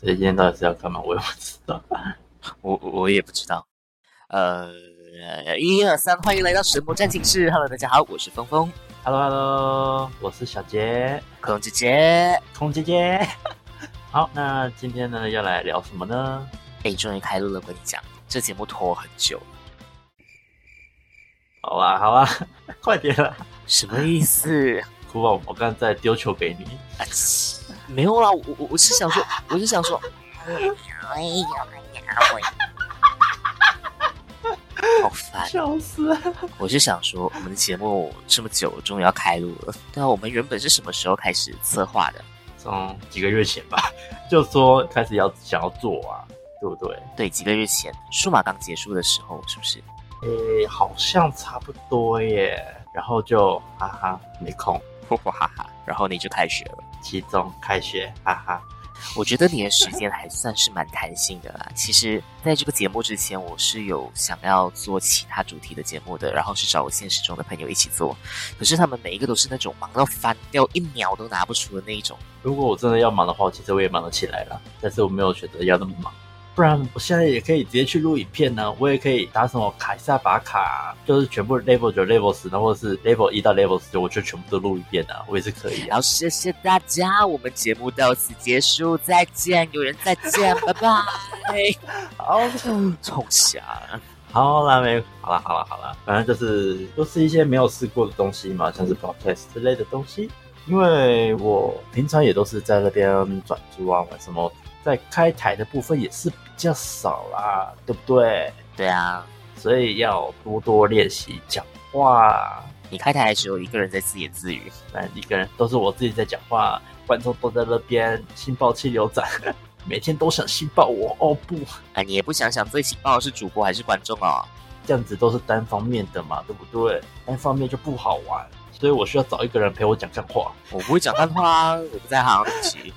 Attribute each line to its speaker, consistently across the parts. Speaker 1: 对，今天到底是要干嘛？我也不知道。
Speaker 2: 我我也不知道。呃，一二三，欢迎来到神魔战警室。Hello，大家好，我是峰峰，
Speaker 1: Hello Hello，我是小杰，
Speaker 2: 孔姐姐。
Speaker 1: 空姐姐。 好，那今天呢要来聊什么呢？
Speaker 2: 哎，终于开录了，我跟你讲，这节目拖很久了，
Speaker 1: 好啊好啊， 快点啦！
Speaker 2: 什么意思？
Speaker 1: 古堡，我刚才丢球给你。
Speaker 2: 啊、切没有啦，我我我是想说，我是想说，哎呀哎呀，我好烦。
Speaker 1: 笑死！
Speaker 2: 我是想说，我们的节目这么久，终于要开录了。那我们原本是什么时候开始策划的？
Speaker 1: 从几个月前吧， 就说开始要想要做啊，对不对？
Speaker 2: 对，几个月前数码刚结束的时候，是不是？
Speaker 1: 诶、好像差不多耶。然后就哈哈没空，
Speaker 2: 哇哈哈！然后你就开学了。
Speaker 1: 期中开学，哈哈。
Speaker 2: 我觉得你的时间还算是蛮弹性的啦。其实，在这个节目之前，我是有想要做其他主题的节目的，然后是找我现实中的朋友一起做。可是他们每一个都是那种忙到翻掉，一秒都拿不出的那一种。
Speaker 1: 如果我真的要忙的话，其实我也忙得起来了，但是我没有选择要那么忙。不然我现在也可以直接去录影片呢、我也可以打什么凯撒把卡，就是全部 level 九、level 十，然后是 level 一到 level 十，我就全部都录一遍啊，我也是可 以啊。
Speaker 2: 好，谢谢大家，我们节目到此结束，再见，有人再见，拜拜。
Speaker 1: 好，
Speaker 2: 冲霞，
Speaker 1: 好啦，没，好啦，好啦，好啦，反正就是都是一些没有试过的东西嘛，像是 podcast 之类的东西。因为我平常也都是在那边转租啊，玩什么，在开台的部分也是比较少啦，对不对？
Speaker 2: 对啊，
Speaker 1: 所以要多多练习讲话。
Speaker 2: 你开台的时候一个人在自言自语，
Speaker 1: 但一个人都是我自己在讲话，观众都在那边心爆气流斩， 每天都想心爆我哦不，
Speaker 2: 啊，你也不想想最情报的是主播还是观众哦。
Speaker 1: 这样子都是单方面的嘛，对不对？单方面就不好玩，所以我需要找一个人陪我讲讲话。
Speaker 2: 我不会讲干话啊，我不在行，对不起。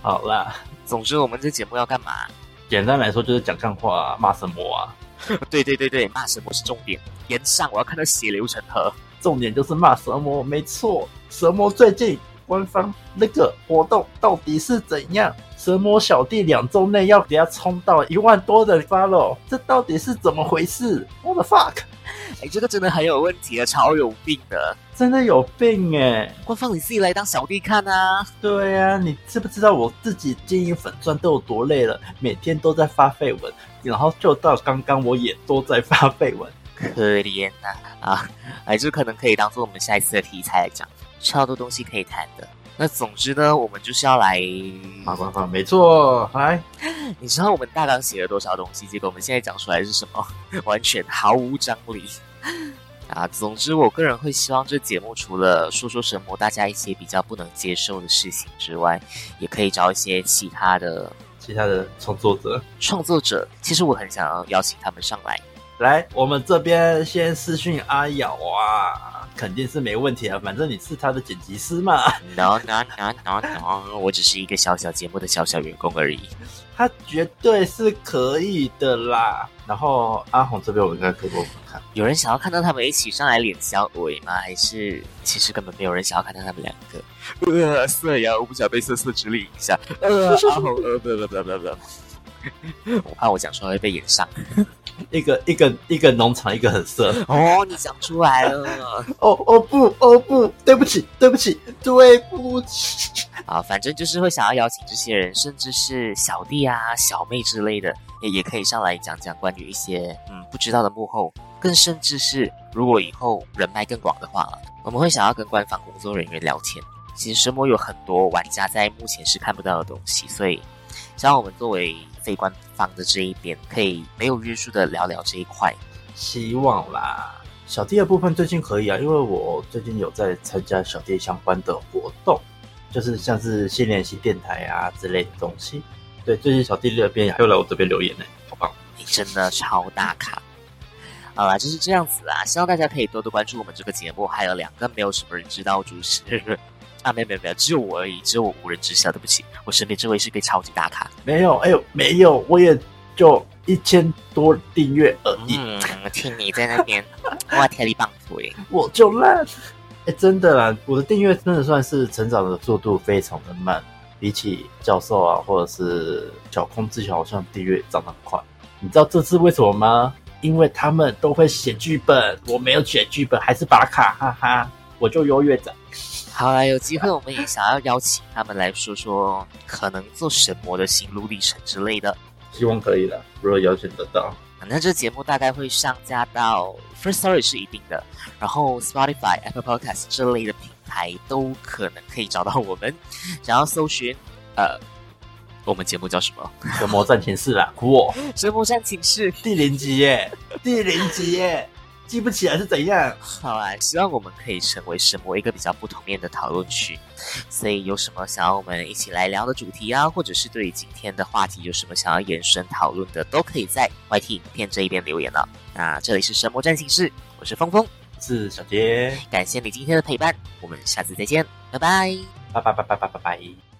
Speaker 1: 好啦，
Speaker 2: 总之，我们这节目要干嘛？
Speaker 1: 简单来说就是讲干话、啊，骂什么啊？
Speaker 2: 对对对对，骂什么是重点？言上我要看到血流成河。
Speaker 1: 重点就是骂蛇魔，没错，蛇魔最近官方那个活动到底是怎样？蛇魔小弟两周内要给他冲到一万多的 follow，这到底是怎么回事？What the fuck！
Speaker 2: 哎，这个真的很有问题啊，超有病的。
Speaker 1: 真的有病哎、
Speaker 2: 官方你自己来当小弟看啊！
Speaker 1: 对呀、你知不知道我自己经营粉钻都有多累了？每天都在发绯闻，然后就到刚刚我也都在发绯闻。
Speaker 2: 可怜呐啊哎，这可能可以当做我们下一次的题材来讲，超多东西可以谈的。那总之呢，我们就是要来，
Speaker 1: 马官方没错，来，
Speaker 2: 你知道我们大纲写了多少东西，结果我们现在讲出来是什么， 完全毫无张力。 啊，总之，我个人会希望这节目除了说说神魔大家一些比较不能接受的事情之外，也可以找一些其他的
Speaker 1: 其他的创作者
Speaker 2: 创作者。其实我很想要邀请他们上来，
Speaker 1: 来，我们这边先私讯阿瑶啊，肯定是没问题啊，反正你是他的剪辑师嘛。
Speaker 2: no no no no no，我只是一个小小节目的小小员工而已。
Speaker 1: 他绝对是可以的啦。然后阿红这边我应该可以给我看，
Speaker 2: 有人想要看到他们一起上来脸小尾吗？还是其实根本没有人想要看到他们两个？呃，色呀，我不想被色色指令影 响。呃，阿红，呃，不不不不不，我怕我讲出来会被演上。
Speaker 1: 一个一个一个农场，一个很色。
Speaker 2: 哦，你讲出来了
Speaker 1: 哦哦不哦不，对不起对不起对不起。
Speaker 2: 啊！反正就是会想要邀请这些人，甚至是小弟啊、小妹之类的，也也可以上来讲讲关于一些嗯不知道的幕后，更甚至是如果以后人脉更广的话，我们会想要跟官方工作人员聊天。其实神魔有很多玩家在目前是看不到的东西，所以像我们作为非官方的这一边，可以没有约束的聊聊这一块。
Speaker 1: 希望啦。小弟的部分最近可以啊，因为我最近有在参加小弟相关的活动，就是像是新联系电台啊之类的东西。对，最近小弟那边又来我这边留言呢、好棒！
Speaker 2: 你真的超大咖。好啦，就是这样子啊，希望大家可以多多关注我们这个节目，还有两个没有什么人知道的主持人啊，没有没有没有，只有我而已，只有我无人知晓。对不起，我身边这位是个超级大咖。
Speaker 1: 没有，哎呦，没有，我也就一千多订阅而已，
Speaker 2: 嗯，听你在那边 哇，天里棒腿，
Speaker 1: 我就烂。哎，真的啦，我的订阅真的算是成长的速度非常的慢，比起教授啊，或者是小空之前，好像的确涨得很快。你知道这次为什么吗？因为他们都会写剧本，我没有写剧本，还是把卡，哈哈，我就优越展。
Speaker 2: 好啦，有机会我们也想要邀请他们来说说可能做神魔的心路历程之类的。
Speaker 1: 希望可以的，如果邀请得到，
Speaker 2: 啊那这节目大概会上架到 First Story 是一定的，然后 Spotify、Apple Podcast 这类的平台都可能可以找到我们。想要搜寻，呃，我们节目叫什么？
Speaker 1: 《魔战前世》啦，哭我
Speaker 2: 神魔战寝室。
Speaker 1: 第零集耶，第零集耶，记不起来是怎样？
Speaker 2: 好啦，希望我们可以成为神魔一个比较不同面的讨论区。所以有什么想要我们一起来聊的主题啊，或者是对于今天的话题有什么想要延伸讨论的，都可以在 YT 影片这一边留言了。那这里是神魔战寝室，我是峰峰。
Speaker 1: 是小杰，
Speaker 2: 感谢你今天的陪伴，我们下次再见，拜拜。
Speaker 1: 拜拜拜拜拜拜拜。